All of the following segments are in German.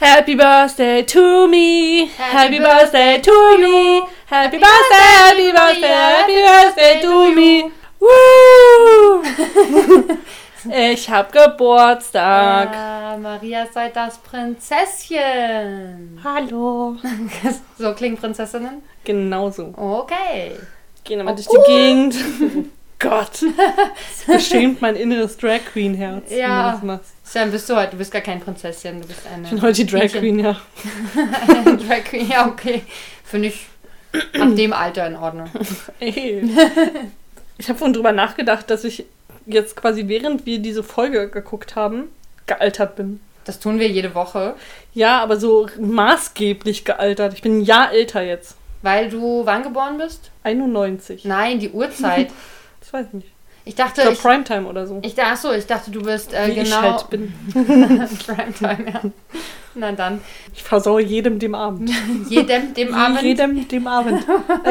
Happy Birthday to me. Happy, Happy Birthday to me. Happy Birthday, Happy Birthday, Happy Birthday to me. Woo! ich hab Geburtstag. Ah, Maria sei das Prinzesschen. Hallo. So klingen Prinzessinnen. Genau so. Okay. Gehen aber durch die Gegend. Oh Gott. Das beschämt mein inneres Drag Queen Herz, wenn du Ja. das machst. Sam, bist du heute? Du bist gar kein Prinzesschen, du bist eine. Ich bin heute die Drag Queen, ja. Eine Drag Queen. Ja, okay. Finde ich ab dem Alter in Ordnung. Ey. Ich habe vorhin drüber nachgedacht, dass ich jetzt quasi während wir diese Folge geguckt haben, gealtert bin. Das tun wir jede Woche, Ja, aber so maßgeblich gealtert. Ich bin ein Jahr älter jetzt. weil du wann geboren bist? 91. Nein, die Uhrzeit. Das weiß ich nicht. Ich dachte, Zur ich, Primetime oder so. ich, ach so, ich dachte, du bist äh, Wie genau ich halt bin. Primetime, ja. Na dann, Ich versaue jedem dem Abend. jedem dem Wie Abend. Jedem dem Abend.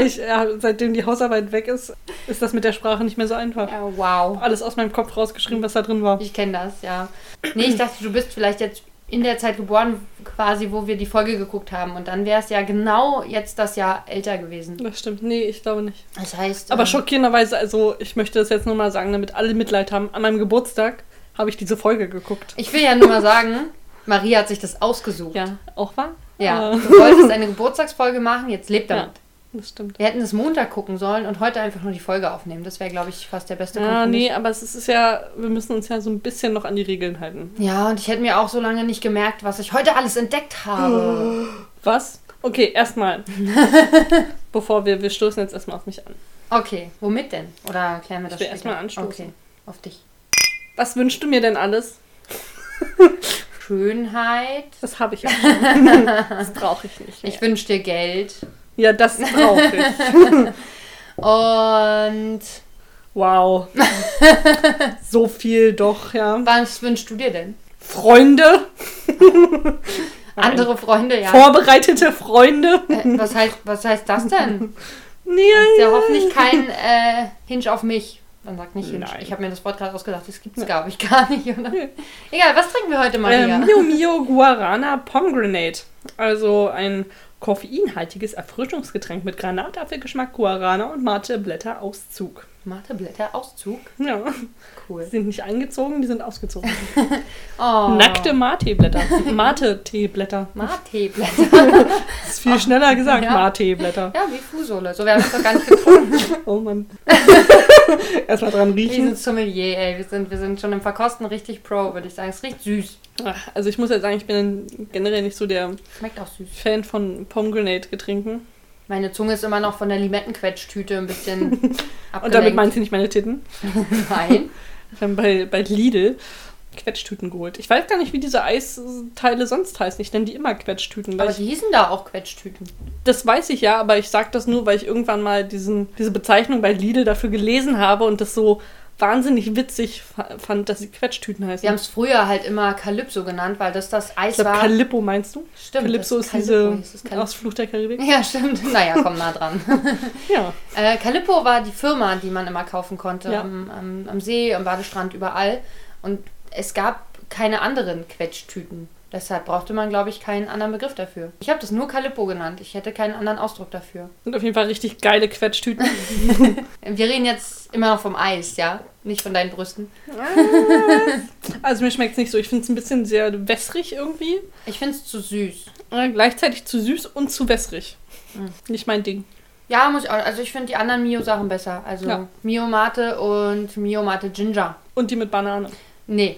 Ich, ja, seitdem die Hausarbeit weg ist, ist das mit der Sprache nicht mehr so einfach. Ja, wow. Alles aus meinem Kopf rausgeschrieben, was da drin war. Ich kenne das, ja. Nee, ich dachte, du bist vielleicht jetzt in der Zeit geboren, quasi, wo wir die Folge geguckt haben. Und dann wäre es ja genau jetzt das Jahr älter gewesen. Das stimmt. Nee, ich glaube nicht. Das heißt. Aber ähm, schockierenderweise, also ich möchte das jetzt nur mal sagen, damit alle Mitleid haben. An meinem Geburtstag habe ich diese Folge geguckt. Ich will ja nur mal sagen, Maria hat sich das ausgesucht. Ja, auch wahr? Ja, Äh, du wolltest eine Geburtstagsfolge machen, jetzt lebt damit. ja das stimmt. Wir hätten es Montag gucken sollen und heute einfach nur die Folge aufnehmen. Das wäre, glaube ich, fast der beste Ja, Kompromiss. nee, aber es ist ja, wir müssen uns ja so ein bisschen noch an die Regeln halten. Ja, und ich hätte mir auch so lange nicht gemerkt, was ich heute alles entdeckt habe. Was? Okay, erstmal. Bevor wir, wir stoßen jetzt erstmal auf mich an. Okay, womit denn? Oder klären wir das Ah. Ich will später? erstmal anstoßen. Okay, auf dich. Was wünschst du mir denn alles? Schönheit. Das habe ich auch schon. Das brauche ich nicht mehr. Ich wünsche dir Geld. ja, das brauche ich. Und Wow. so viel doch, ja. was wünschst du dir denn? Freunde. Andere Freunde, ja. Vorbereitete Freunde. Äh, was, heißt, was heißt das denn? Nee, Ist ja hoffentlich kein äh, Hinge auf mich. Man sagt nicht Hinge. Nein. Ich habe mir das Wort gerade ausgedacht. Das gibt es, glaube ich, gar nicht, oder? Egal, was trinken wir heute, äh, Maria? Mio Mio Guarana Pomegranate. Also ein koffeinhaltiges Erfrischungsgetränk mit Granatapfelgeschmack, Guarana und Mateblätter Auszug. Mateblätter, Auszug. Ja, die Cool. sind nicht angezogen, die sind ausgezogen. Oh. Nackte Mateblätter. Mate-Teeblätter. Mateblätter. Das ist viel schneller gesagt, ja. Mate-Blätter. Ja, wie Fusole. So, wir haben es doch gar nicht getrunken. Oh Mann. Erstmal dran Wir sind riechen. Sommelier, ey. Wir sind, wir sind schon im Verkosten richtig Pro, würde ich sagen. Es riecht süß. Ach, Also ich muss ja sagen, ich bin generell nicht so der Schmeckt auch süß. Fan von Pomegranate-Getränken. Meine Zunge ist immer noch von der Limettenquetschtüte ein bisschen abgelenkt. Und damit meint sie nicht meine Titten. Nein. Wir haben bei, bei Lidl Quetschtüten geholt. Ich weiß gar nicht, wie diese Eisteile sonst heißen. Ich nenne die immer Quetschtüten. Weil Aber ich, die hießen da auch Quetschtüten. das weiß ich ja, aber ich sage das nur, weil ich irgendwann mal diesen, diese Bezeichnung bei Lidl dafür gelesen habe und das so wahnsinnig witzig fa- fand, dass sie Quetschtüten heißen. Wir haben es früher halt immer Calypso genannt, weil das das Eis ich glaube, war. Calippo meinst du? Stimmt, Calypso das ist Calippo diese hieß es, Calippo. aus Fluch der Karibik. ja, stimmt. Naja, komm nah dran. Ja. Äh, Calippo war die Firma, die man immer kaufen konnte. Ja. Am, am, am See, am Badestrand, überall. Und es gab keine anderen Quetschtüten. Deshalb brauchte man, glaube ich, keinen anderen Begriff dafür. Ich habe das nur Calippo genannt. Ich hätte keinen anderen Ausdruck dafür. Sind auf jeden Fall richtig geile Quetschtüten. Wir reden jetzt immer noch vom Eis, ja? Nicht von deinen Brüsten. Also mir schmeckt es nicht so. Ich finde es ein bisschen sehr wässrig irgendwie. Ich finde es zu süß. Äh, gleichzeitig zu süß und zu wässrig. Mhm. Nicht mein Ding. Ja, muss ich auch. Also ich finde die anderen Mio-Sachen besser. Also Ja. Mio Mate und Mio Mate Ginger. Und die mit Banane. Nee.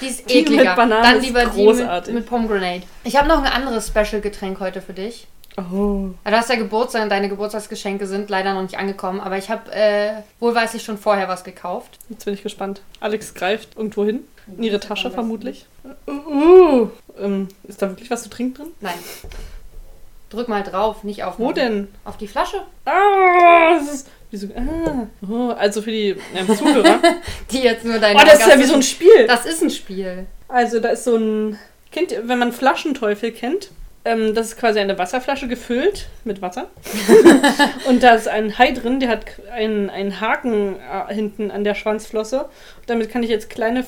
Die ist Die mit ekliger. Banane Dann ist lieber die großartig. mit, mit Pomegranate. Ich habe noch ein anderes Special-Getränk heute für dich. Oh. Du hast ja Geburtstag und deine Geburtstagsgeschenke sind leider noch nicht angekommen, aber ich habe äh, wohlweislich schon vorher was gekauft. Jetzt bin ich gespannt. Alex greift irgendwo hin. In ihre Tasche Am besten. vermutlich. Uh, uh. Ähm, ist da wirklich was zu trinken drin? Nein. Drück mal drauf, nicht auf. Wo denn? Auf die Flasche, Ah, das ist, wieso, ah. Oh, also für die ähm, Zuhörer. die jetzt nur deine. Oh, das ist ja wie so ein Spiel. Das ist ein Spiel. Also da ist so ein... Kennt ihr, wenn man Flaschenteufel kennt, Ähm, das ist quasi eine Wasserflasche gefüllt mit Wasser. und da ist ein Hai drin, der hat einen, einen Haken äh, hinten an der Schwanzflosse. Und damit kann ich jetzt kleine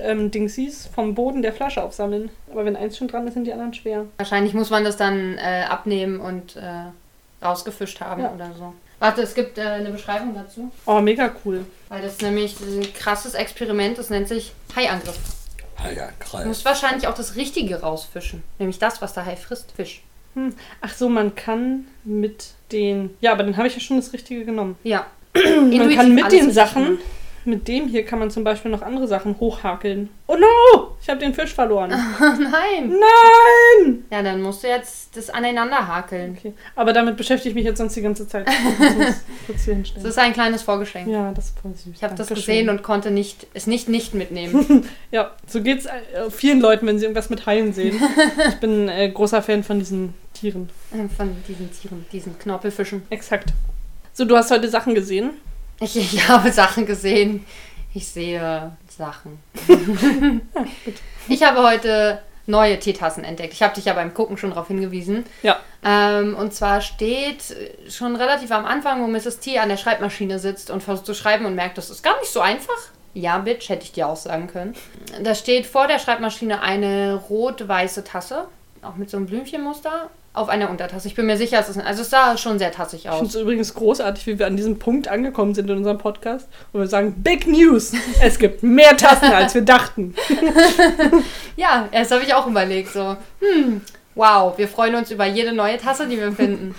Fisch-Dingsies vom Boden der Flasche aufsammeln. Aber wenn eins schon dran ist, sind die anderen schwer. Wahrscheinlich muss man das dann äh, abnehmen und äh, rausgefischt haben Ja. oder so. Warte, es gibt äh, eine Beschreibung dazu. Oh, mega cool. Weil das nämlich das ist ein krasses Experiment, das nennt sich Haiangriff. Ah ja, Du krass. musst wahrscheinlich auch das Richtige rausfischen. Nämlich das, was der Hai frisst, Fisch. Hm. Ach so, man kann mit den. Ja, aber dann habe ich ja schon das Richtige genommen. Ja. Man Intuitiv kann mit alles den richtig Sachen, machen. mit dem hier kann man zum Beispiel noch andere Sachen hochhakeln. Oh no! Ich habe den Fisch verloren. Ah. Nein. Nein! Ja, dann musst du jetzt das aneinander hakeln. Okay. Aber damit beschäftige ich mich jetzt sonst die ganze Zeit. Ich muss kurz hier Das hinstellen. ist ein kleines Vorgeschenk. Ja, das ist voll süß. Ich habe das Dankeschön. gesehen und konnte nicht, es nicht nicht mitnehmen. Ja, so geht's äh, vielen Leuten, wenn sie irgendwas mit Haien sehen. Ich bin äh, großer Fan von diesen Tieren. Von diesen Tieren, diesen Knorpelfischen. Exakt. So, du hast heute Sachen gesehen. Ich, ich habe Sachen gesehen. Ich sehe Sachen. ich habe heute neue Teetassen entdeckt. Ich habe dich ja beim Gucken schon darauf hingewiesen. Ja. Ähm, und zwar steht schon relativ am Anfang, wo Mrs. T an der Schreibmaschine sitzt und versucht zu schreiben und merkt, das ist gar nicht so einfach. Ja, Bitch, hätte ich dir auch sagen können. Da steht vor der Schreibmaschine eine rot-weiße Tasse, auch mit so einem Blümchenmuster, auf einer Untertasse. Ich bin mir sicher, es ist, also es sah schon sehr tassig Ich aus. finde es übrigens großartig, wie wir an diesem Punkt angekommen sind in unserem Podcast, wo wir sagen, Big News! Es gibt mehr Tassen, als wir dachten. Ja, das habe ich auch überlegt. So, hm, wow, wir freuen uns über jede neue Tasse, die wir finden.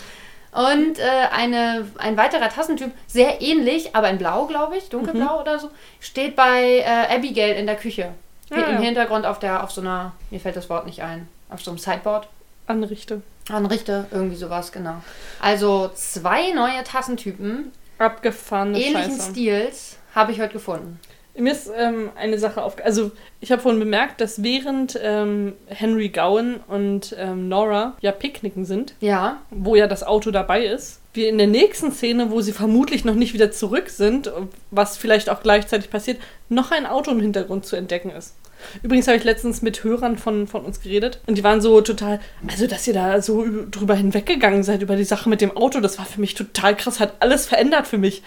Und äh, eine, ein weiterer Tassentyp, sehr ähnlich, aber in Blau, glaube ich, dunkelblau Mhm. oder so, steht bei äh, Abigail in der Küche. Ja, Im Ah, ja. Hintergrund auf der, auf so einer, mir fällt das Wort nicht ein, auf so einem Sideboard. Anrichte. An Richter, irgendwie sowas, genau. Also zwei neue Tassentypen, Abgefahrene ähnlichen Scheiße. Stils, habe ich heute gefunden. Mir ist ähm, eine Sache aufge... Also, ich habe vorhin bemerkt, dass während ähm, Henry Gowan und ähm, Nora ja picknicken sind, Ja, wo ja das Auto dabei ist, wir in der nächsten Szene, wo sie vermutlich noch nicht wieder zurück sind, was vielleicht auch gleichzeitig passiert, noch ein Auto im Hintergrund zu entdecken ist. Übrigens habe ich letztens mit Hörern von, von uns geredet und die waren so total, also dass ihr da so ü- drüber hinweggegangen seid über die Sache mit dem Auto, das war für mich total krass, hat alles verändert für mich.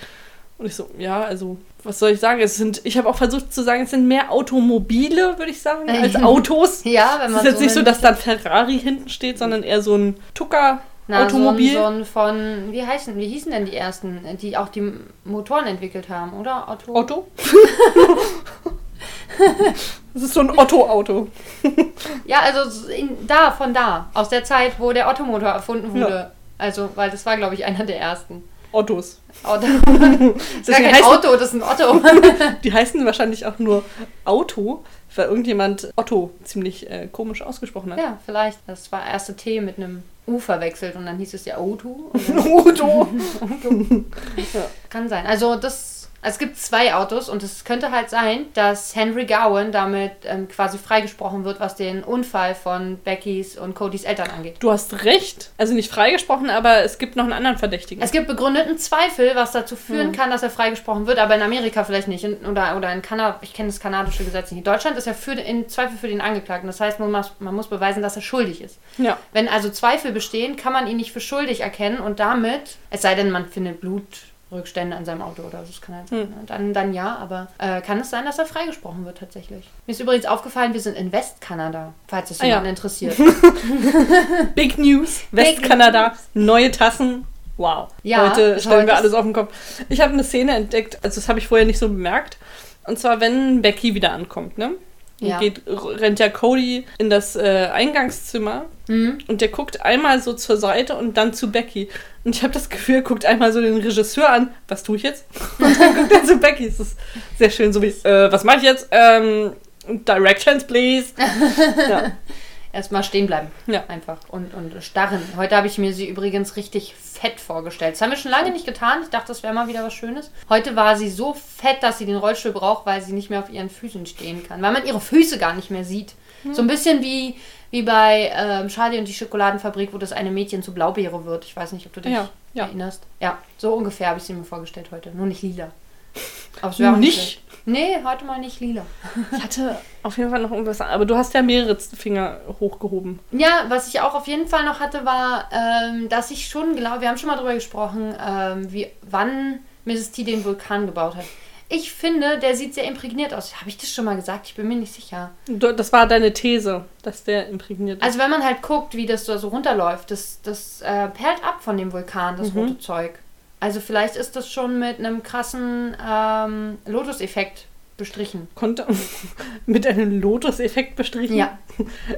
Und ich so, ja, also, was soll ich sagen? Es sind, ich habe auch versucht zu sagen, es sind mehr Automobile, würde ich sagen, als Autos. ja, wenn Es man ist jetzt nicht so, will. dass da ein Ferrari hinten steht, sondern eher so ein Na, Tucker-Automobil. So ein, so ein von, wie heißen, wie hießen denn die ersten, die auch die Motoren entwickelt haben, oder? Auto. Auto? Das ist so ein Otto-Auto. Ja, also in, da, von da, aus der Zeit, wo der Ottomotor erfunden wurde. Also, weil das war, glaube ich, einer der ersten. Ottos. Auto. das ist gar Deswegen kein heißt- Auto, das ist ein Otto. Die heißen wahrscheinlich auch nur Auto, weil irgendjemand Otto ziemlich äh, komisch ausgesprochen hat. ja, vielleicht. Das war erste T mit einem U verwechselt und dann hieß es ja Auto. Otto. Kann sein. Also das. Es gibt zwei Autos und es könnte halt sein, dass Henry Gowan damit ähm, quasi freigesprochen wird, was den Unfall von Beckys und Codys Eltern angeht. Du hast recht. Also nicht freigesprochen, aber es gibt noch einen anderen Verdächtigen. Es gibt begründeten Zweifel, was dazu führen kann, dass er freigesprochen wird, aber in Amerika vielleicht nicht. In, oder, oder in Kanada, ich kenne das kanadische Gesetz nicht. In Deutschland ist ja für, in Zweifel für den Angeklagten. Das heißt, man muss, man muss beweisen, dass er schuldig ist. ja. Wenn also Zweifel bestehen, kann man ihn nicht für schuldig erkennen und damit, es sei denn, man findet Blutrückstände an seinem Auto oder so, das kann halt Hm. sein. ne? Dann, dann ja, aber äh, kann es sein, dass er freigesprochen wird tatsächlich. Mir ist übrigens aufgefallen, wir sind in Westkanada, falls es Ah ja. jemanden interessiert. Big News, Westkanada, neue Tassen. Wow. Ja, heute ist stellen heute- wir alles auf den Kopf. Ich habe eine Szene entdeckt, also das habe ich vorher nicht so bemerkt. Und zwar, wenn Becky wieder ankommt, ne? Und Ja. Geht, r- rennt ja Cody in das äh, Eingangszimmer Mhm. und der guckt einmal so zur Seite und dann zu Becky. Und ich habe das Gefühl, er guckt einmal so den Regisseur an, was tue ich jetzt? Und dann guckt er zu Becky. Es ist sehr schön, so wie, äh, was mache ich jetzt? Ähm, Directions, please. ja. Erstmal stehen bleiben. Ja. Einfach. Und, und starren. Heute habe ich mir sie übrigens richtig fett vorgestellt. Das haben wir schon lange nicht getan. Ich dachte, das wäre mal wieder was Schönes. Heute war sie so fett, dass sie den Rollstuhl braucht, weil sie nicht mehr auf ihren Füßen stehen kann. Weil man ihre Füße gar nicht mehr sieht. So ein bisschen wie, wie bei ähm, Charlie und die Schokoladenfabrik, wo das eine Mädchen zu Blaubeere wird. Ich weiß nicht, ob du dich Ja, ja. erinnerst. Ja, so ungefähr habe ich sie mir vorgestellt heute. Nur nicht lila. Aber es wäre Nur auch nicht. schlecht. Nee, heute mal nicht lila. Ich hatte auf jeden Fall noch irgendwas. an- Aber du hast ja mehrere Z- Finger hochgehoben. Ja, was ich auch auf jeden Fall noch hatte, war, ähm, dass ich schon glaube, wir haben schon mal drüber gesprochen, ähm, wie, wann Mrs. T den Vulkan gebaut hat. Ich finde, der sieht sehr imprägniert aus. Habe ich das schon mal gesagt? Ich bin mir nicht sicher. Du, das war deine These, dass der imprägniert ist. Also wenn man halt guckt, wie das da so runterläuft, das, das äh, perlt ab von dem Vulkan, Mhm. das rote Zeug. Also vielleicht ist das schon mit einem krassen ähm, Lotus-Effekt bestrichen. Konnte mit einem Lotus-Effekt bestrichen. Ja.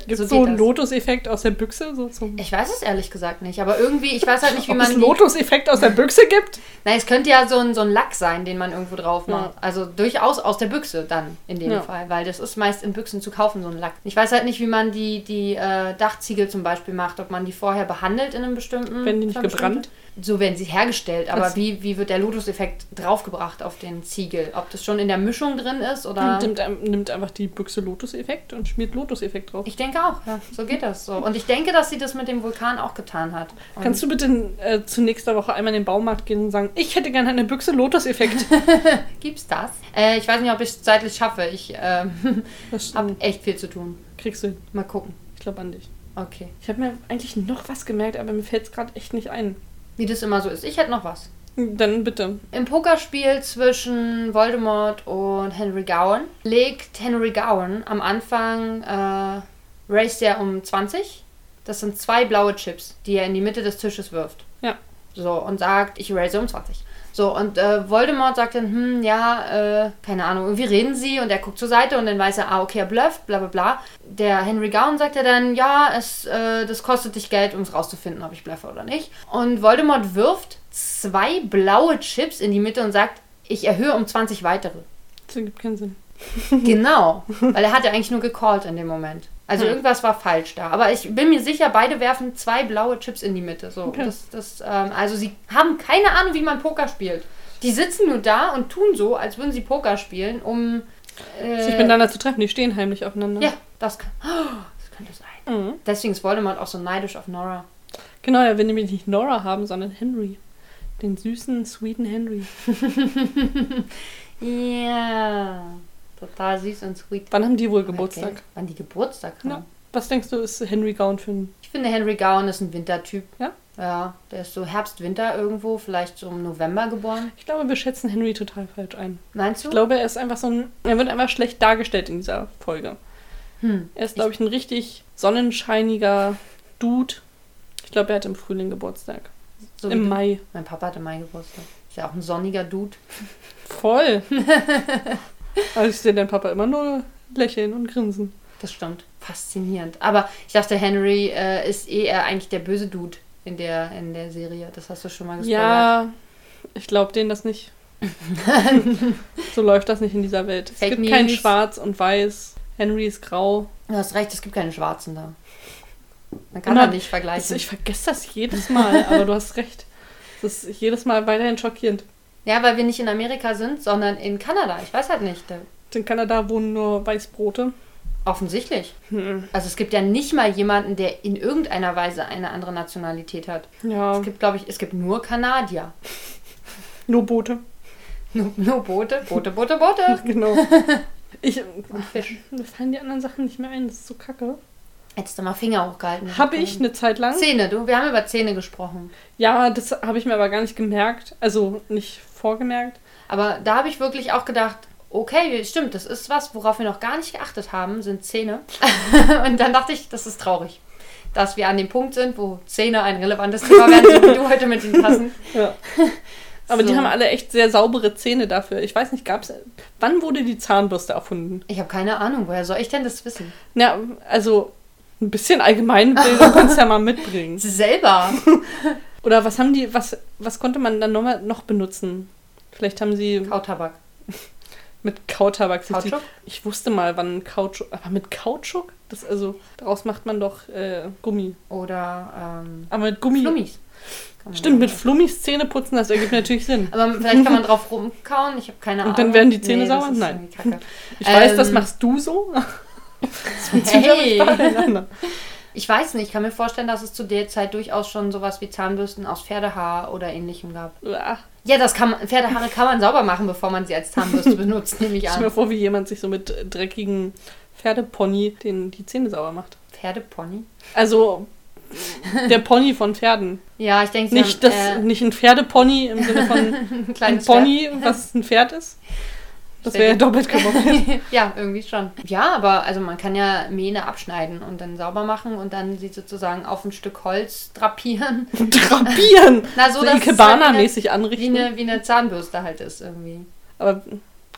Gibt so es so geht einen das. Lotus-Effekt aus der Büchse? So zum Ich weiß es ehrlich gesagt nicht, aber irgendwie, ich weiß halt nicht, wie Ob man... es die- Hm, Lotus-Effekt aus der Büchse gibt? Nein, es könnte ja so ein, so ein Lack sein, den man irgendwo drauf macht. Ja. Also durchaus aus der Büchse dann in dem Ja. Fall, weil das ist meist in Büchsen zu kaufen, so ein Lack. Ich weiß halt nicht, wie man die, die äh, Dachziegel zum Beispiel macht, ob man die vorher behandelt in einem bestimmten... Werden die nicht für eine gebrannt? bestimmte- So werden sie hergestellt, aber Was? wie, wie wird der Lotus-Effekt draufgebracht auf den Ziegel? Ob das schon in der Mischung drin ist oder... Und nimmt, ein- nimmt einfach die Büchse Lotus-Effekt und schmiert Lotus-Effekt drauf. Ich denke auch, ja, so geht das so. Und ich denke, dass sie das mit dem Vulkan auch getan hat. Und Kannst du bitte äh, zu nächster Woche einmal in den Baumarkt gehen und sagen, ich hätte gerne eine Büchse Lotus-Effekt? Gibt's das? Äh, ich weiß nicht, ob ich es zeitlich schaffe. Ich ähm, Das habe echt viel zu tun. kriegst du hin. Mal gucken. Ich glaube an dich. Okay. Ich habe mir eigentlich noch was gemerkt, aber mir fällt es gerade echt nicht ein. Wie das immer so ist. Ich hätte noch was. Dann bitte. Im Pokerspiel zwischen Voldemort und Henry Gowan legt Henry Gowan am Anfang äh, Race der um 20. Das sind zwei blaue Chips, die er in die Mitte des Tisches wirft. Ja. So, und sagt, ich raise um 20. So, und äh, Voldemort sagt dann, hm, ja, äh, keine Ahnung, irgendwie reden sie und er guckt zur Seite und dann weiß er, ah, okay, er blufft, bla bla bla. Der Henry Gowan sagt ja dann, ja, es, äh, das kostet dich Geld, um es rauszufinden, ob ich bluffe oder nicht. Und Voldemort wirft zwei blaue Chips in die Mitte und sagt, ich erhöhe um 20 weitere. Das ergibt keinen Sinn. Genau, weil er hat ja eigentlich nur gecallt in dem Moment. Also Hm. irgendwas war falsch da. Aber ich bin mir sicher, beide werfen zwei blaue Chips in die Mitte. So, Okay. das, das, ähm, also sie haben keine Ahnung, wie man Poker spielt. Die sitzen nur da und tun so, als würden sie Poker spielen, um äh, Sich miteinander zu treffen, die stehen heimlich aufeinander. ja, das kann, oh, das könnte sein. Mhm. Deswegen ist Voldemort auch so neidisch auf Nora. Genau, er will nämlich nicht Nora haben, sondern Henry. Den süßen, sweeten Henry. Ja, total süß und sweet. Wann haben die wohl Geburtstag? Okay. Wann die Geburtstag haben. Ja. Was denkst du, ist Henry Gown für ein... Ich finde, Henry Gowan ist ein Wintertyp. Ja? Ja, der ist so Herbst-Winter irgendwo, vielleicht so im November geboren. Ich glaube, wir schätzen Henry total falsch ein. Meinst du? Ich glaube, er ist einfach so ein... Er wird einfach schlecht dargestellt in dieser Folge. hm. Er ist, glaube ich, ein richtig sonnenscheiniger Dude. Ich glaube, er hat im Frühling Geburtstag. so wie Im du- Mai. Mein Papa hatte meinen Geburtstag. Ist ja auch ein sonniger Dude. Voll. also ich sehe deinen Papa immer nur lächeln und grinsen. Das stimmt. Faszinierend. Aber ich dachte, Henry äh, ist eh eher eigentlich der böse Dude in der, in der Serie. Das hast du schon mal gespoilert. Ja, ich glaube denen das nicht. so läuft das nicht in dieser Welt. Es Fake gibt kein News. Schwarz und Weiß. Henry ist grau. Du hast recht, es gibt keine Schwarzen da. Man kann Immer- da nicht Das, vergleichen. ich vergesse das jedes Mal, aber du hast recht. Das ist jedes Mal weiterhin schockierend. Ja, weil wir nicht in Amerika sind, sondern in Kanada. Ich weiß halt nicht. Da- In Kanada wohnen nur Weißbrote. Offensichtlich. Hm. Also es gibt ja nicht mal jemanden, der in irgendeiner Weise eine andere Nationalität hat. Ja, Es gibt, glaube ich, es gibt nur Kanadier. nur Boote. Nur, nur Boote, Boote, Boote, Boote. Genau. Ich, Und Fisch. mir fallen die anderen Sachen nicht mehr ein. Das ist so kacke. Hättest du mal Finger hochgehalten. Habe ich eine Zeit lang. Zähne, du, wir haben über Zähne gesprochen. Ja, das habe ich mir aber gar nicht gemerkt. Also nicht vorgemerkt. Aber da habe ich wirklich auch gedacht, okay, stimmt, das ist was, worauf wir noch gar nicht geachtet haben, sind Zähne. Und dann dachte ich, das ist traurig, dass wir an dem Punkt sind, wo Zähne ein relevantes Thema werden, so wie du heute mit ihnen passen. Ja. Aber die So. haben alle echt sehr saubere Zähne dafür. Ich weiß nicht, gab's. Wann wurde die Zahnbürste erfunden? Ich habe keine Ahnung, woher soll ich denn das wissen? Na, also ein bisschen Allgemeinbildung kannst du ja mal mitbringen. Selber. Oder was haben die, was, was konnte man dann noch, mal, noch benutzen? Vielleicht haben sie Kautabak. mit Kautabak. sich die- Kautschuk? Ich wusste mal, wann Kautschuk. Aber mit Kautschuk? Das also, daraus macht man doch äh, Gummi. Oder ähm, Aber mit Gummi. Flummis. Kann man Stimmt, mit sagen. Flummis Zähne putzen, das ergibt natürlich Sinn. Aber vielleicht kann man drauf rumkauen, ich habe keine Ahnung. Und dann werden die Zähne das sauer? ist Nein. irgendwie Kacke. Ich weiß, das Ähm. machst du so. Das funktioniert aber nicht Hey. bei allen anderen. Ich weiß nicht, ich kann mir vorstellen, dass es zu der Zeit durchaus schon sowas wie Zahnbürsten aus Pferdehaar oder ähnlichem gab. Uah. Ja, das kann man, Pferdehaare kann man sauber machen, bevor man sie als Zahnbürste benutzt, nehme ich Stell mir an. vor, wie jemand sich so mit dreckigen Pferdepony den, die Zähne sauber macht. Pferdepony? Also der Pony von Pferden. Ja, äh, ich denke, sie Nicht, haben, das, nicht ein Pferdepony im Sinne von ein ein kleines Pferd. Pony, was ein Pferd ist. Das wäre ja doppelt gemoppelt. ja, irgendwie schon. Ja, aber also man kann ja Mähne abschneiden und dann sauber machen und dann sie sozusagen auf ein Stück Holz drapieren. Drapieren! Na, so, So dass es halt Ikebana-mäßig wie, anrichten. eine, wie, eine, wie eine Zahnbürste halt ist irgendwie. Aber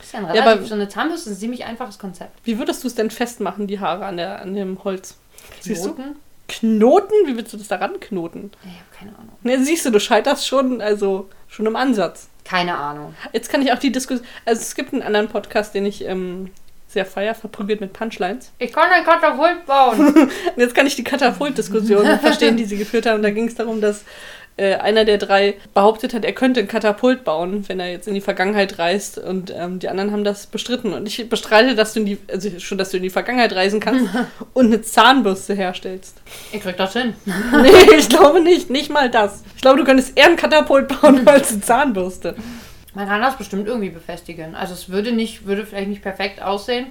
Ist ja ein Ja, relativ, aber- so eine Zahnbürste ist ein ziemlich einfaches Konzept. wie würdest du es denn festmachen, die Haare an, der, an dem Holz? Siehst du? Knoten? Knoten? Wie willst du das daran knoten? Ich habe keine Ahnung. Ne, siehst du, du scheiterst schon, also schon im Ansatz. Keine Ahnung. Jetzt kann ich auch die Diskussion. Also es gibt einen anderen Podcast, den ich ähm, sehr feier, verprügelt mit Punchlines. Ich kann ein Katapult bauen. Und jetzt kann ich die Katapult-Diskussion verstehen, die sie geführt haben. Da ging es darum, dass äh, einer der drei behauptet hat, er könnte ein Katapult bauen, wenn er jetzt in die Vergangenheit reist. Und ähm, die anderen haben das bestritten. Und ich bestreite, dass du in die, also schon, dass du in die Vergangenheit reisen kannst und eine Zahnbürste herstellst. ich krieg das hin. Nee, ich glaube nicht. Nicht mal das. Ich glaube, du könntest eher ein Katapult bauen als eine Zahnbürste. Man kann das bestimmt irgendwie befestigen. Also es würde nicht, würde vielleicht nicht perfekt aussehen,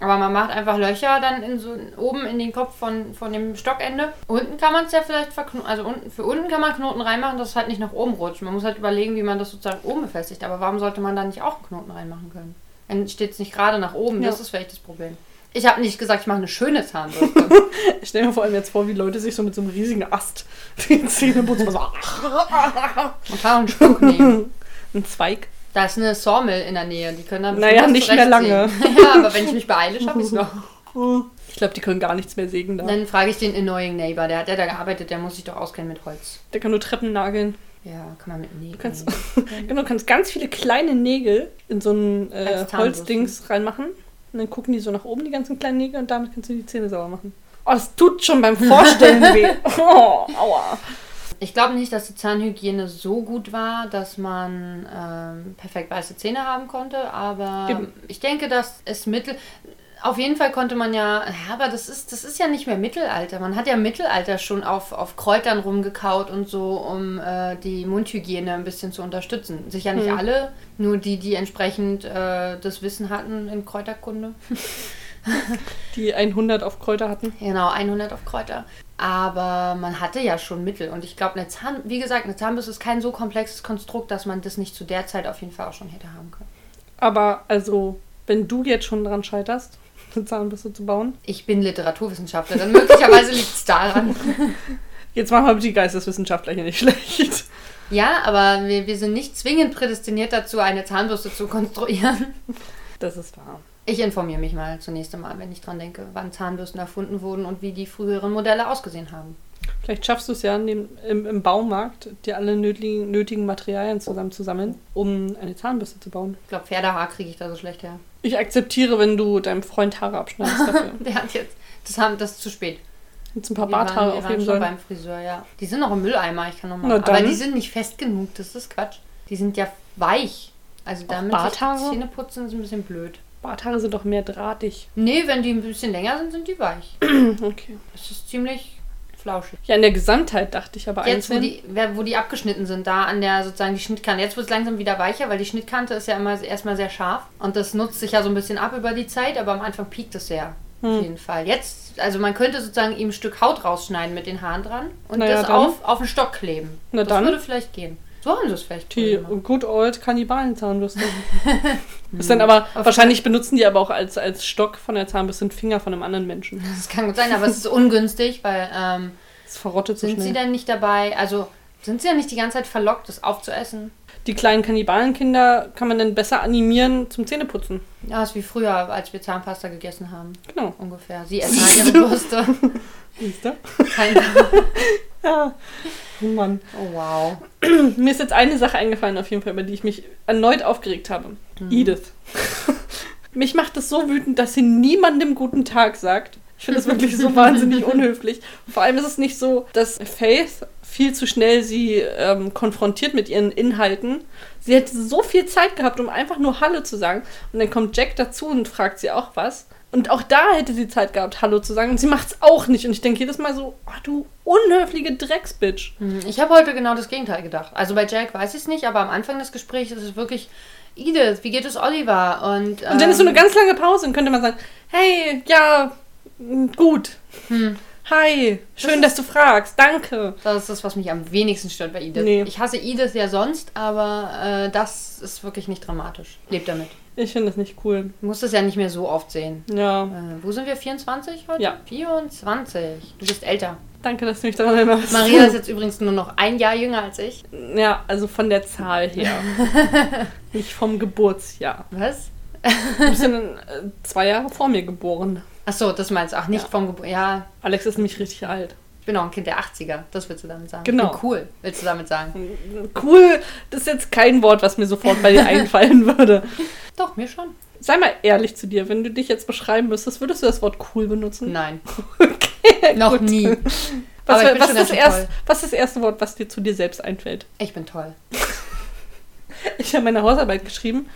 aber man macht einfach Löcher dann in so oben in den Kopf von, von dem Stockende. Unten kann man es ja vielleicht verknoten, also unten, für unten kann man Knoten reinmachen, dass es halt nicht nach oben rutscht. Man muss halt überlegen, wie man das sozusagen oben befestigt. Aber warum sollte man da nicht auch einen Knoten reinmachen können? Dann steht es nicht gerade nach oben. Ja. Das ist vielleicht das Problem. Ich habe nicht gesagt, ich mache eine schöne Zahnbürste. Ich stelle mir vor allem jetzt vor, wie Leute sich so mit so einem riesigen Ast die Zähne putzen. Also, So, Man kann auch einen Stock nehmen. ein Zweig. Da ist eine Sawmill in der Nähe. Die können dann Naja, bestimmt was nicht mehr lange. zurechtsägen. ja, aber wenn ich mich beeile, schaffe ich es noch. Ich glaube, die können gar nichts mehr sägen da. Dann frage ich den Annoying Neighbor, der hat ja da gearbeitet, der muss sich doch auskennen mit Holz. Der kann nur Treppen nageln. Ja, kann man mit Nägeln. kannst- Genau, du kannst ganz viele kleine Nägel in so ein äh, Als Zahnbürsten. Holzdings reinmachen. Und dann gucken die so nach oben, die ganzen kleinen Nägel, und damit kannst du die Zähne sauber machen. Oh, das tut schon beim Vorstellen weh. Oh, aua. Ich glaube nicht, dass die Zahnhygiene so gut war, dass man ähm, perfekt weiße Zähne haben konnte, aber Eben. ich denke, dass es Mittel. Auf jeden Fall konnte man ja, ja, aber das ist, das ist ja nicht mehr Mittelalter. Man hat ja im Mittelalter schon auf, auf Kräutern rumgekaut und so, um äh, die Mundhygiene ein bisschen zu unterstützen. Sicher nicht Hm. alle, nur die, die entsprechend äh, das Wissen hatten in Kräuterkunde. Die 100 auf Kräuter hatten. Genau, 100 auf Kräuter. Aber man hatte ja schon Mittel. Und ich glaube, eine Zahn, wie gesagt, eine Zahnbürste ist kein so komplexes Konstrukt, dass man das nicht zu der Zeit auf jeden Fall auch schon hätte haben können. Aber also, wenn du jetzt schon dran scheiterst, eine Zahnbürste zu bauen, Ich bin Literaturwissenschaftlerin. Möglicherweise liegt es daran. jetzt machen wir die Geisteswissenschaftler hier nicht schlecht. Ja, aber wir, wir sind nicht zwingend prädestiniert dazu, eine Zahnbürste zu konstruieren. Das ist wahr. Ich informiere mich mal zunächst einmal, wenn ich dran denke, wann Zahnbürsten erfunden wurden und wie die früheren Modelle ausgesehen haben. Vielleicht schaffst du es ja in dem, im, im Baumarkt, dir alle nötigen, nötigen Materialien zusammenzusammeln, um eine Zahnbürste zu bauen. Ich glaube, Pferdehaar kriege ich da so schlecht her. Ich akzeptiere, wenn du deinem Freund Haare abschneidest dafür. Der hat jetzt. Das, haben, das ist zu spät. Jetzt ein paar Wir waren- Barthaare wir waren aufheben schon sollen. beim Friseur, ja. Die sind noch im Mülleimer, ich kann noch Na mal. Aber dann. die sind nicht fest genug, das ist Quatsch. Die sind ja weich. Also damit Barthaare? sich die Zähne putzen ist ein bisschen blöd. Barthaare sind doch mehr drahtig. Nee, wenn die ein bisschen länger sind, sind die weich. Okay. Das ist ziemlich flauschig. Ja, in der Gesamtheit dachte ich aber Jetzt, wo einzeln. die, wer- wo die abgeschnitten sind, da an der sozusagen die Schnittkante. Jetzt wird es langsam wieder weicher, weil die Schnittkante ist ja immer erstmal sehr scharf. Und das nutzt sich ja so ein bisschen ab über die Zeit, aber am Anfang piekt es sehr. Hm. Auf jeden Fall. Jetzt, also man könnte sozusagen ihm ein Stück Haut rausschneiden mit den Haaren dran und Na ja, das dann. auf, auf den Stock kleben. Na das dann. würde vielleicht gehen. So haben sie es vielleicht. Die früher gemacht. good old Kannibalen-Zahnbürste. ist Hm. dann aber, wahrscheinlich benutzen die aber auch als, als Stock von der Zahnbürste einen Finger von einem anderen Menschen. Das kann gut sein, aber es ist ungünstig, weil ähm, Das verrottet so sind sie schnell. denn nicht dabei, also sind sie ja nicht die ganze Zeit verlockt, das aufzuessen? Die kleinen Kannibalenkinder kann man dann besser animieren zum Zähneputzen. Ja, ist wie früher, als wir Zahnpasta gegessen haben, Genau. ungefähr. Sie essen halt ihre Bürste. Siehst du? Keine Ja. Oh Mann. Oh wow. Mir ist jetzt eine Sache eingefallen, auf jeden Fall, über die ich mich erneut aufgeregt habe. Edith. mich macht es so wütend, dass sie niemandem guten Tag sagt. Ich finde das wirklich so wahnsinnig unhöflich. Vor allem ist es nicht so, dass Faith viel zu schnell sie ähm, konfrontiert mit ihren Inhalten. Sie hätte so viel Zeit gehabt, um einfach nur Hallo zu sagen. Und dann kommt Jack dazu und fragt sie auch was. Und auch da hätte sie Zeit gehabt, Hallo zu sagen. Und sie macht's auch nicht. Und ich denke jedes Mal so, oh, du unhöfliche Drecksbitch. Hm, Ich habe heute genau das Gegenteil gedacht. Also bei Jack weiß ich es nicht, aber am Anfang des Gesprächs ist es wirklich Edith, wie geht es Oliver? Und, Und dann ist so ähm, eine ganz lange Pause und könnte man sagen, hey, ja, m, gut. Hm. Hi, schön, dass du fragst. Danke. Das ist das, was mich am wenigsten stört bei Edith. Nee. Ich hasse Edith ja sonst, aber äh, das ist wirklich nicht dramatisch. Lebt damit. Ich finde das nicht cool. Du musst es ja nicht mehr so oft sehen. Ja, Äh, wo sind wir? 24 heute? Ja. 24. Du bist älter. danke, dass du mich daran erinnerst. Maria ist jetzt übrigens nur noch ein Jahr jünger als ich. Ja, also von der Zahl her. nicht vom Geburtsjahr. Was? Du bist dann, äh, zwei Jahre vor mir geboren. Achso, das meinst du. Ach, nicht Ja. vom Geburt. Ja, Alex ist nämlich richtig alt. ich bin auch ein Kind der 80er. Das willst du damit sagen. Genau. Hm. Ich bin cool, willst du damit sagen. Cool, das ist jetzt kein Wort, was mir sofort bei dir einfallen würde. Doch, mir schon. Sei mal ehrlich zu dir, wenn du dich jetzt beschreiben müsstest, würdest du das Wort cool benutzen? Nein. Hm. Okay, Noch gut. nie. Was, Aber ich bin was, ist das schon ganz schön erste, toll. was ist das erste Wort, was dir zu dir selbst einfällt? Ich bin toll. Ich habe meine Hausarbeit geschrieben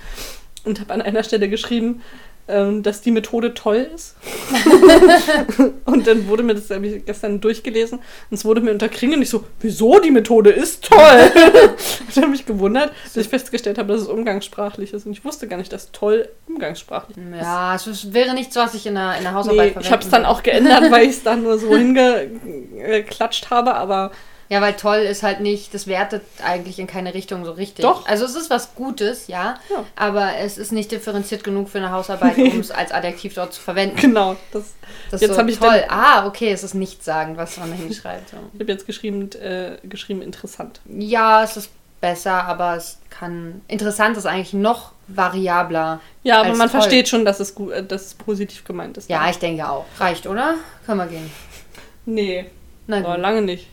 und habe an einer Stelle geschrieben, ähm, dass die Methode toll ist. und dann wurde mir das, habe ich gestern durchgelesen, und es wurde mir unterkringelt. Und ich so, wieso die Methode ist toll? ich habe mich gewundert, dass ich festgestellt habe, dass es umgangssprachlich ist. Und ich wusste gar nicht, dass toll umgangssprachlich ist. Ja, es ist- wäre nichts, was ich in der, in der Hausarbeit Hm, Nee, verwende. ich habe es dann auch geändert, weil ich es dann nur so hingeklatscht habe, aber Ja, weil toll ist halt nicht, das wertet eigentlich in keine Richtung so richtig. Doch. Also es ist was Gutes, ja, Ja. aber es ist nicht differenziert genug für eine Hausarbeit, Nee. um es als Adjektiv dort zu verwenden. genau, das, Das Jetzt ist so hab ich toll. Ah, okay, es ist nichts sagen, was man da hinschreibt. So. ich habe jetzt geschrieben, äh, geschrieben interessant. Ja, es ist besser, aber es kann. Interessant ist eigentlich noch variabler. Ja, aber als man toll. versteht schon, dass es, gut, äh, dass es positiv gemeint ist. ne? Ja, ich denke auch. Reicht, oder? Können wir gehen. Nee, Na aber gut. lange nicht.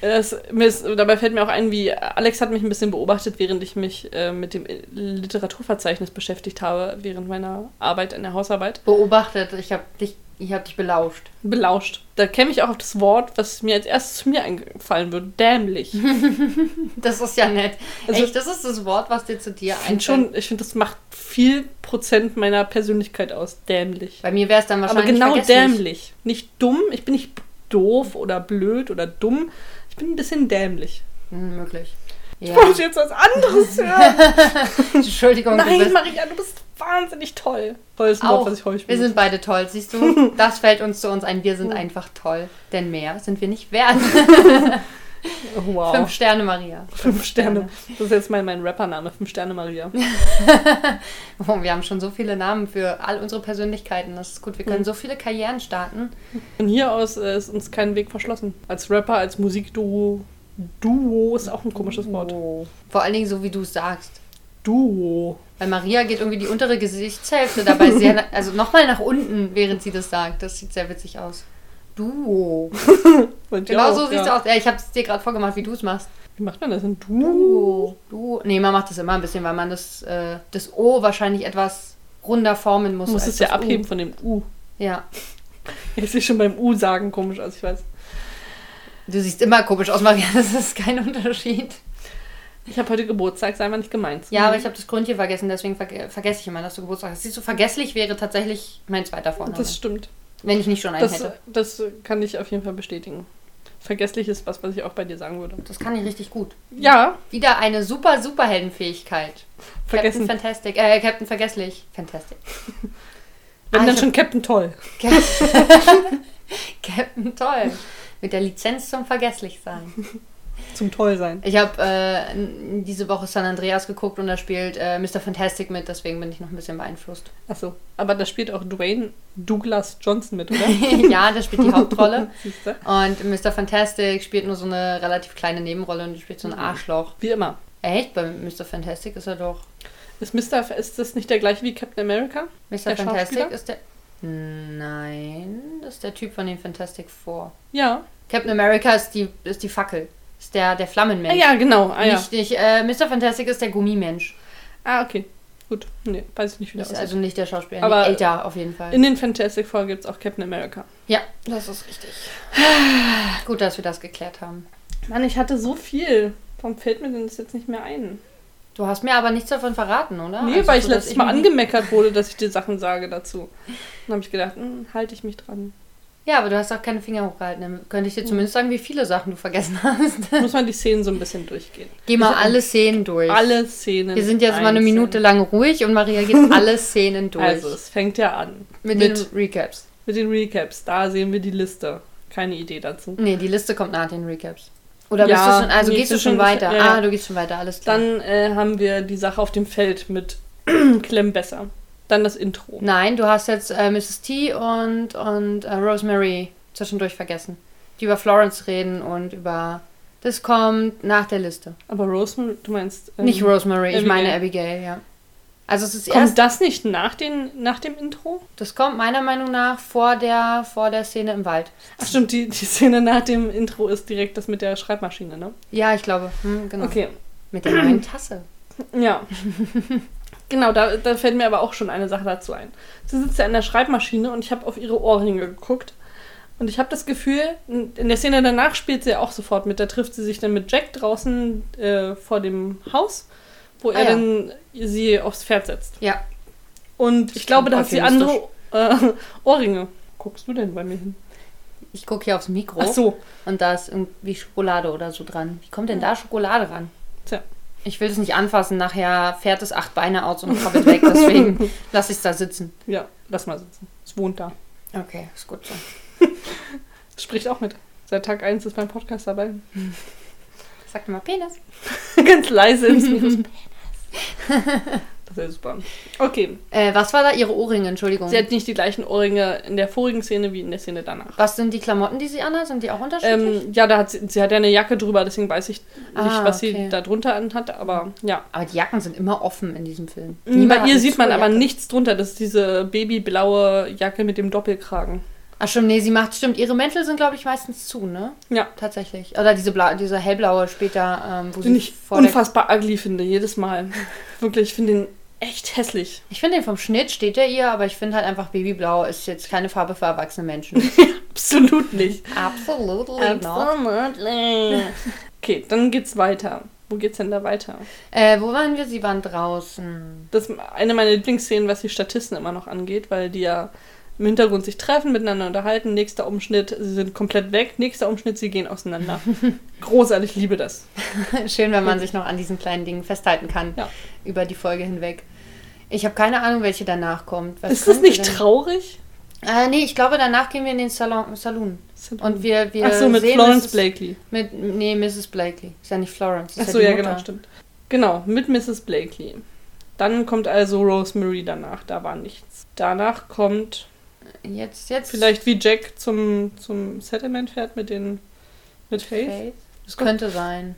Es, mir ist, dabei fällt mir auch ein, wie Alex hat mich ein bisschen beobachtet, während ich mich äh, mit dem Literaturverzeichnis beschäftigt habe, während meiner Arbeit in der Hausarbeit. Beobachtet, ich habe dich, ich hab dich belauscht. Belauscht. Da käme ich auch auf das Wort, was mir als erstes zu mir eingefallen würde. Dämlich. Das ist ja nett. Also- Echt, das ist das Wort, was dir zu dir Und einfällt. schon, ich finde, das macht viel Prozent meiner Persönlichkeit aus. Dämlich. Bei mir wäre es dann Aber wahrscheinlich genau vergesslich. dämlich. Nicht dumm. Ich bin nicht doof oder blöd oder dumm. Ich bin ein bisschen dämlich. Hm, möglich. Ja. Ich wollte jetzt was anderes hören. Entschuldigung, du Nein, bist Maria, du bist wahnsinnig toll. Tolles Wort, auch. was ich häufig wir sind beide toll, siehst du? Das fällt uns zu uns ein. Wir Oh. sind einfach toll, denn mehr sind wir nicht wert. benutze. Wow. Fünf Fünf, Sterne, Maria. Sterne. Das ist jetzt mein, mein Rappername. Fünf Sterne Maria. Oh, wir haben schon so viele Namen für all unsere Persönlichkeiten. Das ist gut. Wir können Mhm. so viele Karrieren starten. Von hier aus äh, ist uns kein Weg verschlossen. Als Rapper, als Musikduo. Duo ist auch ein komisches Wort. Oh. Vor allen Dingen so, wie du es sagst. Duo. Weil Maria geht irgendwie die untere Gesichtshälfte dabei sehr, na- also nochmal nach unten, während sie das sagt. Das sieht sehr witzig aus. Duo. Wollt ihr Genau auch, so siehst du aus. Ja, ich habe es dir gerade vorgemacht, wie du es machst. Wie macht man das? Ein Duo. Duo. Duo. Nee, man macht das immer ein bisschen, weil man das, äh, das O wahrscheinlich etwas runder formen muss. Du musst als es ja Also das abheben von dem U. U. Ja. Ich sehe schon beim U sagen komisch aus, ich weiß. Du siehst immer komisch aus, Maria. Das ist kein Unterschied. Ich habe heute Geburtstag, sei mal nicht gemeint. Ja, aber ich habe das Gründchen vergessen, deswegen verge vergesse ich immer, dass du Geburtstag hast. Siehst du, vergesslich wäre tatsächlich mein zweiter Vorname. Das stimmt. wenn ich nicht schon einen Das, hätte. das kann ich auf jeden Fall bestätigen. Vergesslich ist was, was ich auch bei dir sagen würde. Das kann ich richtig gut. Ja, Wieder eine super Superheldenfähigkeit. Vergessen. Captain Fantastic. Äh, Captain Vergesslich. Fantastic. wenn Ah, dann ich schon Captain Toll. Captain Toll. Mit der Lizenz zum Vergesslichsein. Zum Toll sein. Ich habe äh, n- diese Woche San Andreas geguckt und da spielt äh, Mr. Fantastic mit, deswegen bin ich noch ein bisschen beeinflusst. Achso, aber da spielt auch Dwayne Douglas Johnson mit, oder? ja, der spielt die Hauptrolle. Siehst du? Und Mr. Fantastic spielt nur so eine relativ kleine Nebenrolle und spielt so Mhm. ein Arschloch. Wie immer. Echt? Bei Mr. Fantastic ist er doch. Ist, Mr. F ist das nicht der gleiche wie Captain America? Mr. Der Fantastic Schauspieler? ist der. Nein, das ist der Typ von den Fantastic Four. Ja. Captain America ist die, ist die Fackel. Ist der, der Ah, Flammenmensch. ja, genau. Ah, ja. Nicht, nicht, äh, Mr. Fantastic ist der Gummimensch. ah okay. Gut. Nee, weiß ich nicht, wie der Ist aussieht. also nicht also der Schauspieler, Aber- nee, älter auf jeden Fall. In den Fantastic Four gibt es auch Captain America. Ja, das ist richtig. Gut, dass wir das geklärt haben. Mann, ich hatte so viel. Warum fällt mir denn das jetzt nicht mehr ein? Du hast mir aber nichts davon verraten, oder? Nee, Also weil ich so, dass letztes Mal mich- angemeckert wurde, dass ich dir Sachen sage dazu. Dann habe ich gedacht, hm, halte ich mich dran. Ja, aber du hast auch keine Finger hochgehalten. Dann könnte Hm. ich dir zumindest sagen, wie viele Sachen du vergessen hast. Muss man die Szenen so ein bisschen durchgehen. Geh mal alle Szenen durch. Alle Szenen. Wir sind jetzt mal eine einzeln. Minute lang ruhig und Maria geht alle Szenen durch. Also, es fängt ja an. mit, mit, den Recaps. mit den Recaps. Da sehen wir die Liste. Keine Idee dazu. Nee, die Liste kommt nach den Recaps. Oder Ja, bist du schon, also nee, gehst du ich schon bin schon- weiter. ja, ja. Ah, du gehst schon weiter, alles klar. Dann äh, haben wir die Sache auf dem Feld mit Clem Besser. Dann das Intro. Nein, du hast jetzt äh, Mrs. T und, und äh, Rosemary zwischendurch vergessen. Die über Florence reden und über. Das kommt nach der Liste. Aber Rosemary, du meinst. ähm, Nicht Rosemary, ich Abigail. meine Abigail, ja. Also es ist Kommt erst. das nicht nach, den, nach dem Intro? Das kommt meiner Meinung nach vor der, vor der Szene im Wald. Ach stimmt, die, die Szene nach dem Intro ist direkt das mit der Schreibmaschine, ne? Ja, ich glaube. Hm, genau. Okay, Mit der neuen Tasse. ja. genau, da, da fällt mir aber auch schon eine Sache dazu ein. Sie sitzt ja an der Schreibmaschine und ich habe auf ihre Ohrringe geguckt. Und ich habe das Gefühl, in in der Szene danach spielt sie ja auch sofort mit. Da trifft sie sich dann mit Jack draußen äh, vor dem Haus, wo Ah, er ja. dann sie aufs Pferd setzt. Ja. Und ich glaube, da hat sie optimistisch. andere äh, Ohrringe. Guckst du denn bei mir hin? Ich gucke hier aufs Mikro Ach so. und da ist irgendwie Schokolade oder so dran. Wie kommt denn da Schokolade ran? Tja. Ich will es nicht anfassen, nachher fährt es acht Beine aus und krabbelt weg, deswegen lasse ich es da sitzen. Ja, lass mal sitzen. Es wohnt da. Okay, ist gut so. Spricht auch mit. Seit Tag 1 ist mein Podcast dabei. Sag mal Penis. Ganz leise ins Mikro. Das ist super. Okay. Äh, was war da? Ihre Ohrringe, Entschuldigung. Sie hat nicht die gleichen Ohrringe in der vorigen Szene wie in der Szene danach. was sind die Klamotten, die sie anhat? Sind die auch unterschiedlich? Ähm, ja, da hat sie, sie hat ja eine Jacke drüber, deswegen weiß ich nicht, Ah, was okay. sie da drunter anhat, aber ja. aber die Jacken sind immer offen in diesem Film. Bei hat ihr eine sieht man aber Zujacke. nichts drunter. Das ist diese babyblaue Jacke mit dem Doppelkragen. Ach stimmt, nee, sie macht, stimmt, ihre Mäntel sind, glaube ich, meistens zu, ne? Ja. Tatsächlich. Oder diese, blau, diese hellblaue später, ähm, wo Den sie ich vor der unfassbar ugly finde, jedes Mal. Wirklich, ich finde den echt hässlich. Ich finde den vom Schnitt steht er ihr, aber ich finde halt einfach Babyblau ist jetzt keine Farbe für erwachsene Menschen. Absolut nicht. Absolutely not. Absolutely. Okay, dann geht's weiter. Wo geht's denn da weiter? Äh, wo waren wir? Sie waren draußen. Das ist eine meiner Lieblingsszenen, was die Statisten immer noch angeht, weil die ja im Hintergrund sich treffen, miteinander unterhalten. Nächster Umschnitt, sie sind komplett weg. Nächster Umschnitt, sie gehen auseinander. Großartig, ich liebe das. Schön, wenn man sich noch an diesen kleinen Dingen festhalten kann Hm. Ja. über die Folge hinweg. Ich habe keine Ahnung, welche danach kommt. Was ist das kommt nicht denn? traurig? Äh, nee, ich glaube, danach gehen wir in den Salon, Saloon. Und wir, wir Ach so, mit sehen, Florence Mrs. Blakely. Mit, nee, Mrs. Blakely. Ist ja nicht Florence. Ist Ach so, die ja, Mutter. genau, stimmt. Genau, mit Mrs. Blakely. Dann kommt also Rosemary danach, da war nichts. Danach kommt Jetzt, jetzt. Vielleicht wie Jack zum, zum Settlement fährt mit den mit Faith. Faith. Das könnte sein.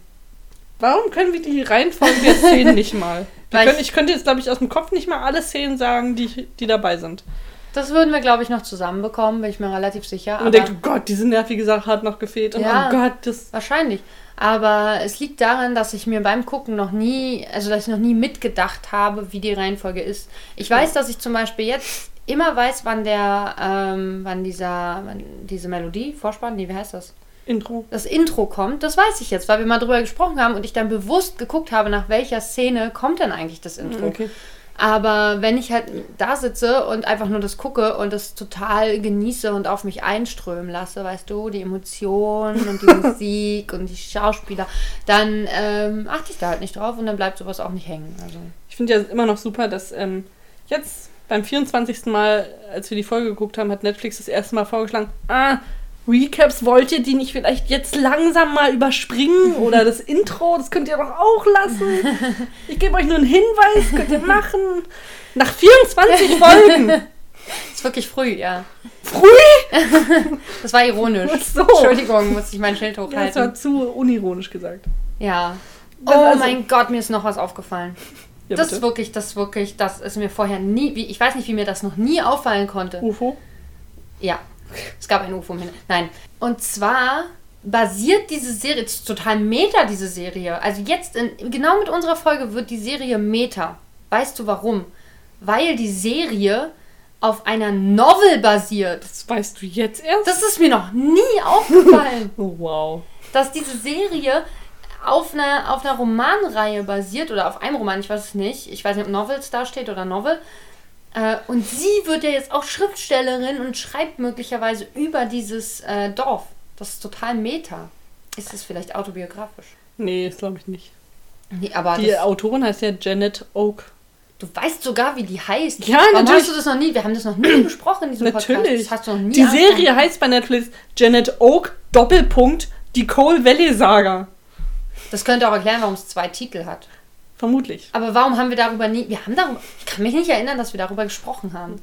Warum können wir die Reihenfolge der Szenen nicht mal? Wir Weil können, ich könnte jetzt, glaube ich, aus dem Kopf nicht mal alle Szenen sagen, die, die dabei sind. Das würden wir, glaube ich, noch zusammenbekommen, bin ich mir relativ sicher. Und denkt, oh Gott, diese nervige Sache hat noch gefehlt. Und Ja. oh Gott, das. Wahrscheinlich. Aber es liegt daran, dass ich mir beim Gucken noch nie, also dass ich noch nie mitgedacht habe, wie die Reihenfolge ist. Ich weiß, dass ich zum Beispiel jetzt immer weiß, wann der, ähm, wann dieser, wann diese Melodie, Vorspann, nee, wie heißt das? Intro. Das Intro kommt, das weiß ich jetzt, weil wir mal drüber gesprochen haben und ich dann bewusst geguckt habe, nach welcher Szene kommt denn eigentlich das Intro. Okay. Aber wenn ich halt da sitze und einfach nur das gucke und das total genieße und auf mich einströmen lasse, weißt du, die Emotionen und die Musik und die Schauspieler, dann ähm, achte ich da halt nicht drauf und dann bleibt sowas auch nicht hängen. Also, Ich finde ja immer noch super, dass ähm, jetzt beim 24. Mal, als wir die Folge geguckt haben, hat Netflix das erste Mal vorgeschlagen, ah, Recaps wollt ihr die nicht vielleicht jetzt langsam mal überspringen oder das Intro, das könnt ihr doch auch lassen. Ich gebe euch nur einen Hinweis, könnt ihr machen. Nach 24 Folgen. ist wirklich früh, ja. Früh? Das war ironisch. Ach so. Entschuldigung, musste ich mein Schild Ja, das war hochhalten. zu unironisch gesagt. Ja. Oh Das also- mein Gott, mir ist noch was aufgefallen. Ja, das bitte. ist wirklich, das ist wirklich, das ist mir vorher nie, wie, ich weiß nicht, wie mir das noch nie auffallen konnte. UFO. Ja, es gab ein UFO im Himmel. Nein. Und zwar basiert diese Serie, es ist total meta, diese Serie. Also jetzt, in, genau mit unserer Folge wird die Serie meta. Weißt du warum? Weil die Serie auf einer Novel basiert. Das weißt du jetzt erst? Das ist mir noch nie aufgefallen, Oh, wow. dass diese Serie auf einer, auf einer Romanreihe basiert oder auf einem Roman, ich weiß es nicht. Ich weiß nicht, ob Novels da steht oder Novel. Äh, und sie wird ja jetzt auch Schriftstellerin und schreibt möglicherweise über dieses äh, Dorf. Das ist total meta. Ist es vielleicht autobiografisch? Nee, das glaube ich nicht. Nee, aber Die das, Autorin heißt ja Janet Oak. du weißt sogar, wie die heißt. Ja, Warum natürlich. hast du das noch nie? Wir haben das noch nie besprochen in diesem Podcast. Natürlich. Das hast du noch nie Die angesprochen. Serie heißt bei Netflix Janet Oak Doppelpunkt die Coal Valley Saga. Das könnte auch erklären, warum es zwei Titel hat. Vermutlich. Aber warum haben wir darüber nie. Wir haben darüber. Ich kann mich nicht erinnern, dass wir darüber gesprochen haben.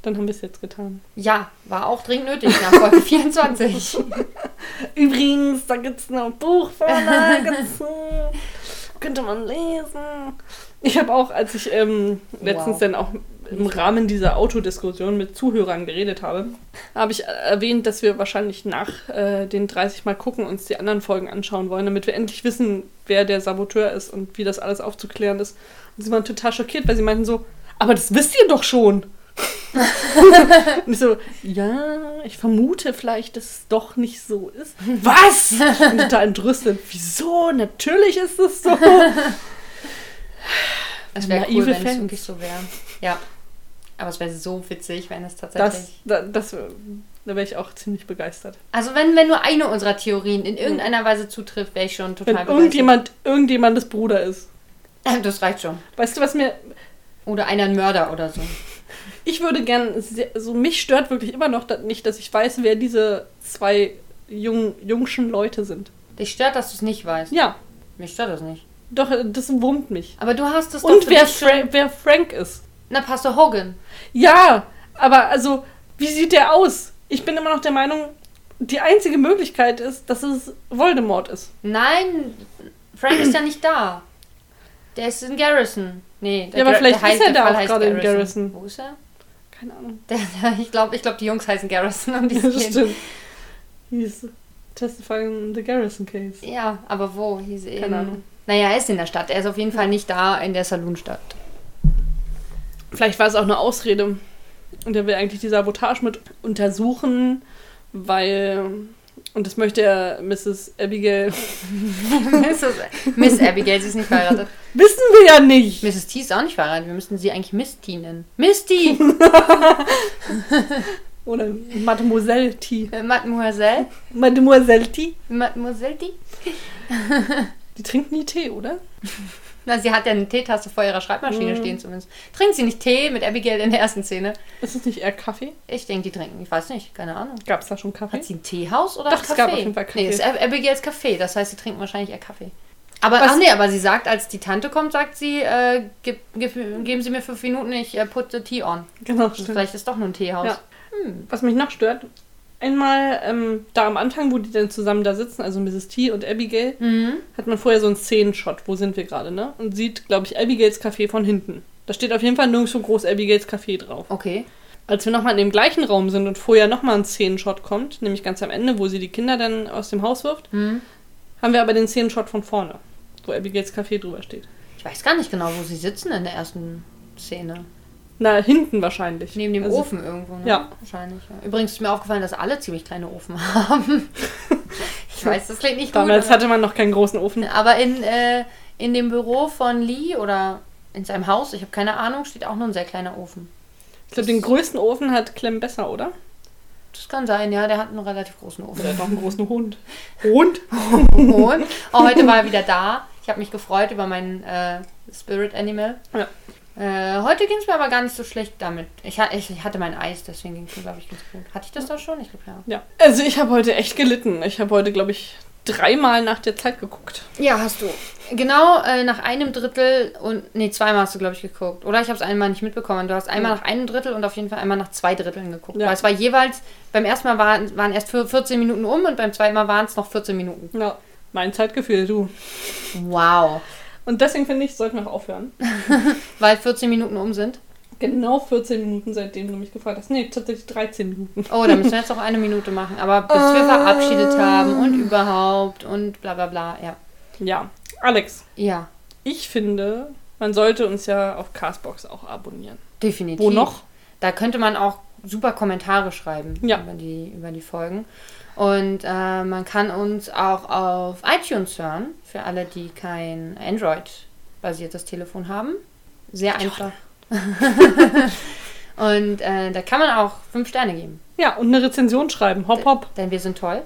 Dann haben wir es jetzt getan. Ja, war auch dringend nötig nach Folge 24. Übrigens, da gibt's eine Buchvorlage zu. Könnte man lesen. Ich habe auch, als ich ähm, letztens Wow. dann auch im Rahmen dieser Autodiskussion mit Zuhörern geredet habe, habe ich äh, erwähnt, dass wir wahrscheinlich nach äh, den 30 Mal gucken uns die anderen Folgen anschauen wollen, damit wir endlich wissen, wer der Saboteur ist und wie das alles aufzuklären ist. Und sie waren total schockiert, weil sie meinten so, aber das wisst ihr doch schon. Und ich so, ja, ich vermute vielleicht, dass es doch nicht so ist. Was? Ich bin total entrüstet. Wieso? Natürlich ist es so. Es wäre Naive cool, wenn es Fans. wirklich so wäre. Ja. Aber es wäre so witzig, wenn es Das, tatsächlich. da, das, äh, da wäre ich auch ziemlich begeistert. Also, wenn, wenn nur eine unserer Theorien in irgendeiner Weise zutrifft, wäre ich schon Wenn total begeistert. irgendjemand irgendjemandes Bruder ist. Das reicht schon. Weißt du, was mir. Oder einer ein Mörder oder so. Ich würde gern. sehr- So, mich stört wirklich immer noch da- nicht, dass ich weiß, wer diese zwei jung, jungschen Leute sind. Dich stört, dass du es nicht weißt. Ja, Mich stört das nicht. doch, äh, das wurmt mich. Aber du hast es doch. Und für wer, dich schon- Fra wer Frank ist. Na, Pastor Hogan. Ja, aber also, wie sieht der aus? Ich bin immer noch der Meinung, die einzige Möglichkeit ist, dass es Voldemort ist. Nein, Frank ist ja nicht da. Der ist in Garrison. Nee, Ja, aber Gar- vielleicht heißt- ist er der da Fall auch heißt gerade in Garrison. Wo ist er? Keine Ahnung. Der, der, ich glaube, ich glaub, die Jungs heißen Garrison und die Das sind stimmt. Hieß Testifying the Garrison Case. Ja, aber wo? Hieß er Keine in- Ahnung. Naja, er ist in der Stadt. Er ist auf jeden Fall nicht da in der Saloonstadt. Vielleicht war es auch eine Ausrede. Und er will eigentlich die Sabotage mit untersuchen, weil. Und das möchte er Mrs. Abigail. Miss, Miss Abigail, sie ist nicht verheiratet. Wissen wir ja nicht! Mrs. T ist auch nicht verheiratet. Wir müssten sie eigentlich Miss T nennen. Miss T! Oder Mademoiselle T. Äh, Mademoiselle? Mademoiselle T. Mademoiselle T? Die trinkt nie Tee, oder? Na, sie hat ja eine Teetasse vor ihrer Schreibmaschine Mhm. stehen zumindest. Trinkt sie nicht Tee mit Abigail in der ersten Szene? Ist es nicht eher Kaffee? Ich denke, die trinken. Ich weiß nicht, keine Ahnung. Gab es da schon Kaffee? Hat sie ein Teehaus oder Doch, ein es Café? gab auf jeden Fall Kaffee. Nee, es ist Ab- Abigails Café, das heißt, sie trinken wahrscheinlich eher Kaffee. Aber, Was- ach nee, aber sie sagt, als die Tante kommt, sagt sie, äh, gib, gib, geben Sie mir fünf Minuten, ich äh, put the tea on. Genau, Also stimmt. vielleicht ist doch nur ein Teehaus. Ja. Was mich noch stört, einmal ähm, da am Anfang, wo die dann zusammen da sitzen, also Mrs. T und Abigail, Mhm. hat man vorher so einen Szenenshot, wo sind wir gerade, ne? Und sieht, glaube ich, Abigails Café von hinten. Da steht auf jeden Fall nirgends so groß Abigails Café drauf. Okay. Als wir nochmal in dem gleichen Raum sind und vorher nochmal ein Szenenshot kommt, nämlich ganz am Ende, wo sie die Kinder dann aus dem Haus wirft, Mhm. haben wir aber den Szenenshot von vorne, wo Abigails Café drüber steht. Ich weiß gar nicht genau, wo sie sitzen in der ersten Szene. Na, hinten wahrscheinlich. Neben dem Also- Ofen irgendwo, ne? ja. Wahrscheinlich. Ja. Übrigens ist mir aufgefallen, dass alle ziemlich kleine Ofen haben. ich weiß, das klingt nicht Damals gut. aber- hatte man noch keinen großen Ofen. Aber in, äh, in dem Büro von Lee oder in seinem Haus, ich habe keine Ahnung, steht auch nur ein sehr kleiner Ofen. Ich glaube, den größten Ofen hat Clem besser, oder? Das kann sein, ja, der hat einen relativ großen Ofen. Oder hat auch einen großen Hund. Hund? Hohen. Auch Oh, heute war er wieder da. Ich habe mich gefreut über mein äh, Spirit Animal. Ja. Äh, heute ging es mir aber gar nicht so schlecht damit. Ich, ha ich ich hatte mein Eis, deswegen ging es mir, glaube ich, ganz gut. Hatte ich das da schon? Ich glaube, ja. Ja. Also ich habe heute echt gelitten. Ich habe heute, glaube ich, dreimal nach der Zeit geguckt. Ja, hast du. Genau, äh, nach einem Drittel und, nee, zweimal hast du, glaube ich, geguckt. Oder ich habe es einmal nicht mitbekommen. Du hast einmal Ja. nach einem Drittel und auf jeden Fall einmal nach zwei Dritteln geguckt. Ja. Weil es war jeweils, beim ersten Mal waren, waren erst für 14 Minuten um und beim zweiten Mal waren es noch 14 Minuten. Ja. Mein Zeitgefühl, du. Wow. Und deswegen finde ich, sollten wir auch aufhören. Weil 14 Minuten um sind. Genau 14 Minuten, seitdem du mich gefragt hast. Nee, tatsächlich 13 Minuten. Oh, da müssen wir jetzt noch eine Minute machen. Aber bis wir verabschiedet haben und überhaupt und bla bla bla. Ja. Ja. Alex, Ja, ich finde, man sollte uns ja auf Castbox auch abonnieren. definitiv. Wo noch? Da könnte man auch super Kommentare schreiben Ja. über, die, über die Folgen. Und äh, man kann uns auch auf iTunes hören, für alle, die kein Android-basiertes Telefon haben. Sehr einfach. Und äh, da kann man auch fünf Sterne geben, Ja, und eine Rezension schreiben. Hopp, hopp. denn wir sind toll.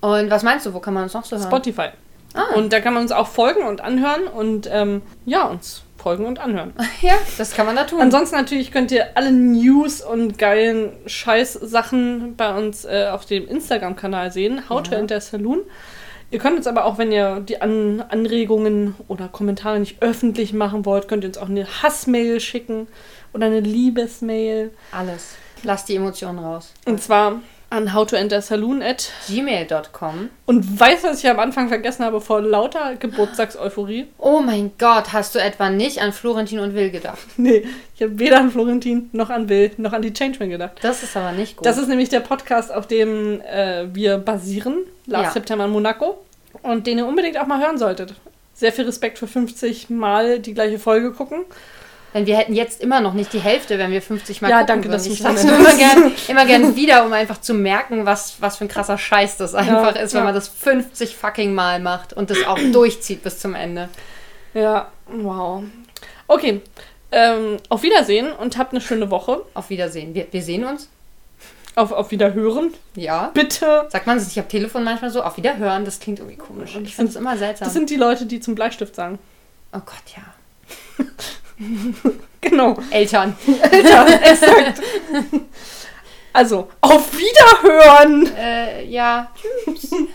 Und was meinst du, wo kann man uns noch so hören? Spotify. Ah. Und da kann man uns auch folgen und anhören und ähm, ja, uns folgen und anhören. Ja, das kann man da tun. Ansonsten natürlich könnt ihr alle News und geilen Scheiß-Sachen bei uns äh, auf dem Instagram-Kanal sehen. How to Enter Saloon. Ihr könnt uns aber auch, wenn ihr die An Anregungen oder Kommentare nicht öffentlich machen wollt, könnt ihr uns auch eine Hassmail schicken oder eine Liebesmail. Alles. Lass die Emotionen raus. Und zwar an howtoentersaloon Gmail.com. Und weißt du, was ich am Anfang vergessen habe vor lauter Geburtstagseuphorie? Oh mein Gott, hast du etwa nicht an Florentin und Will gedacht? Nee, ich habe weder an Florentin noch an Will noch an die Changeman gedacht. Das ist aber nicht gut. Das ist nämlich der Podcast, auf dem äh, wir basieren. Last Ja. September in Monaco. Und den ihr unbedingt auch mal hören solltet. Sehr viel Respekt für 50 Mal die gleiche Folge gucken. Denn wir hätten jetzt immer noch nicht die Hälfte, wenn wir 50 Mal Ja, gucken danke, würden. dass du mich ich sag's daran nur immer gern, immer gern wieder, um einfach zu merken, was, was für ein krasser Scheiß das einfach ist, wenn ja. man das 50 fucking Mal macht und das auch durchzieht bis zum Ende. Ja, wow. Okay, ähm, auf Wiedersehen und habt eine schöne Woche. Auf Wiedersehen. Wir, wir sehen uns. Auf, auf Wiederhören. Ja. Bitte. Sagt man es nicht am Telefon manchmal so? Auf Wiederhören, das klingt irgendwie komisch. Ich finde es immer seltsam. Das sind die Leute, die zum Bleistift sagen. oh Gott, ja. Genau. Eltern. Also, auf Wiederhören! Äh, ja. Tschüss.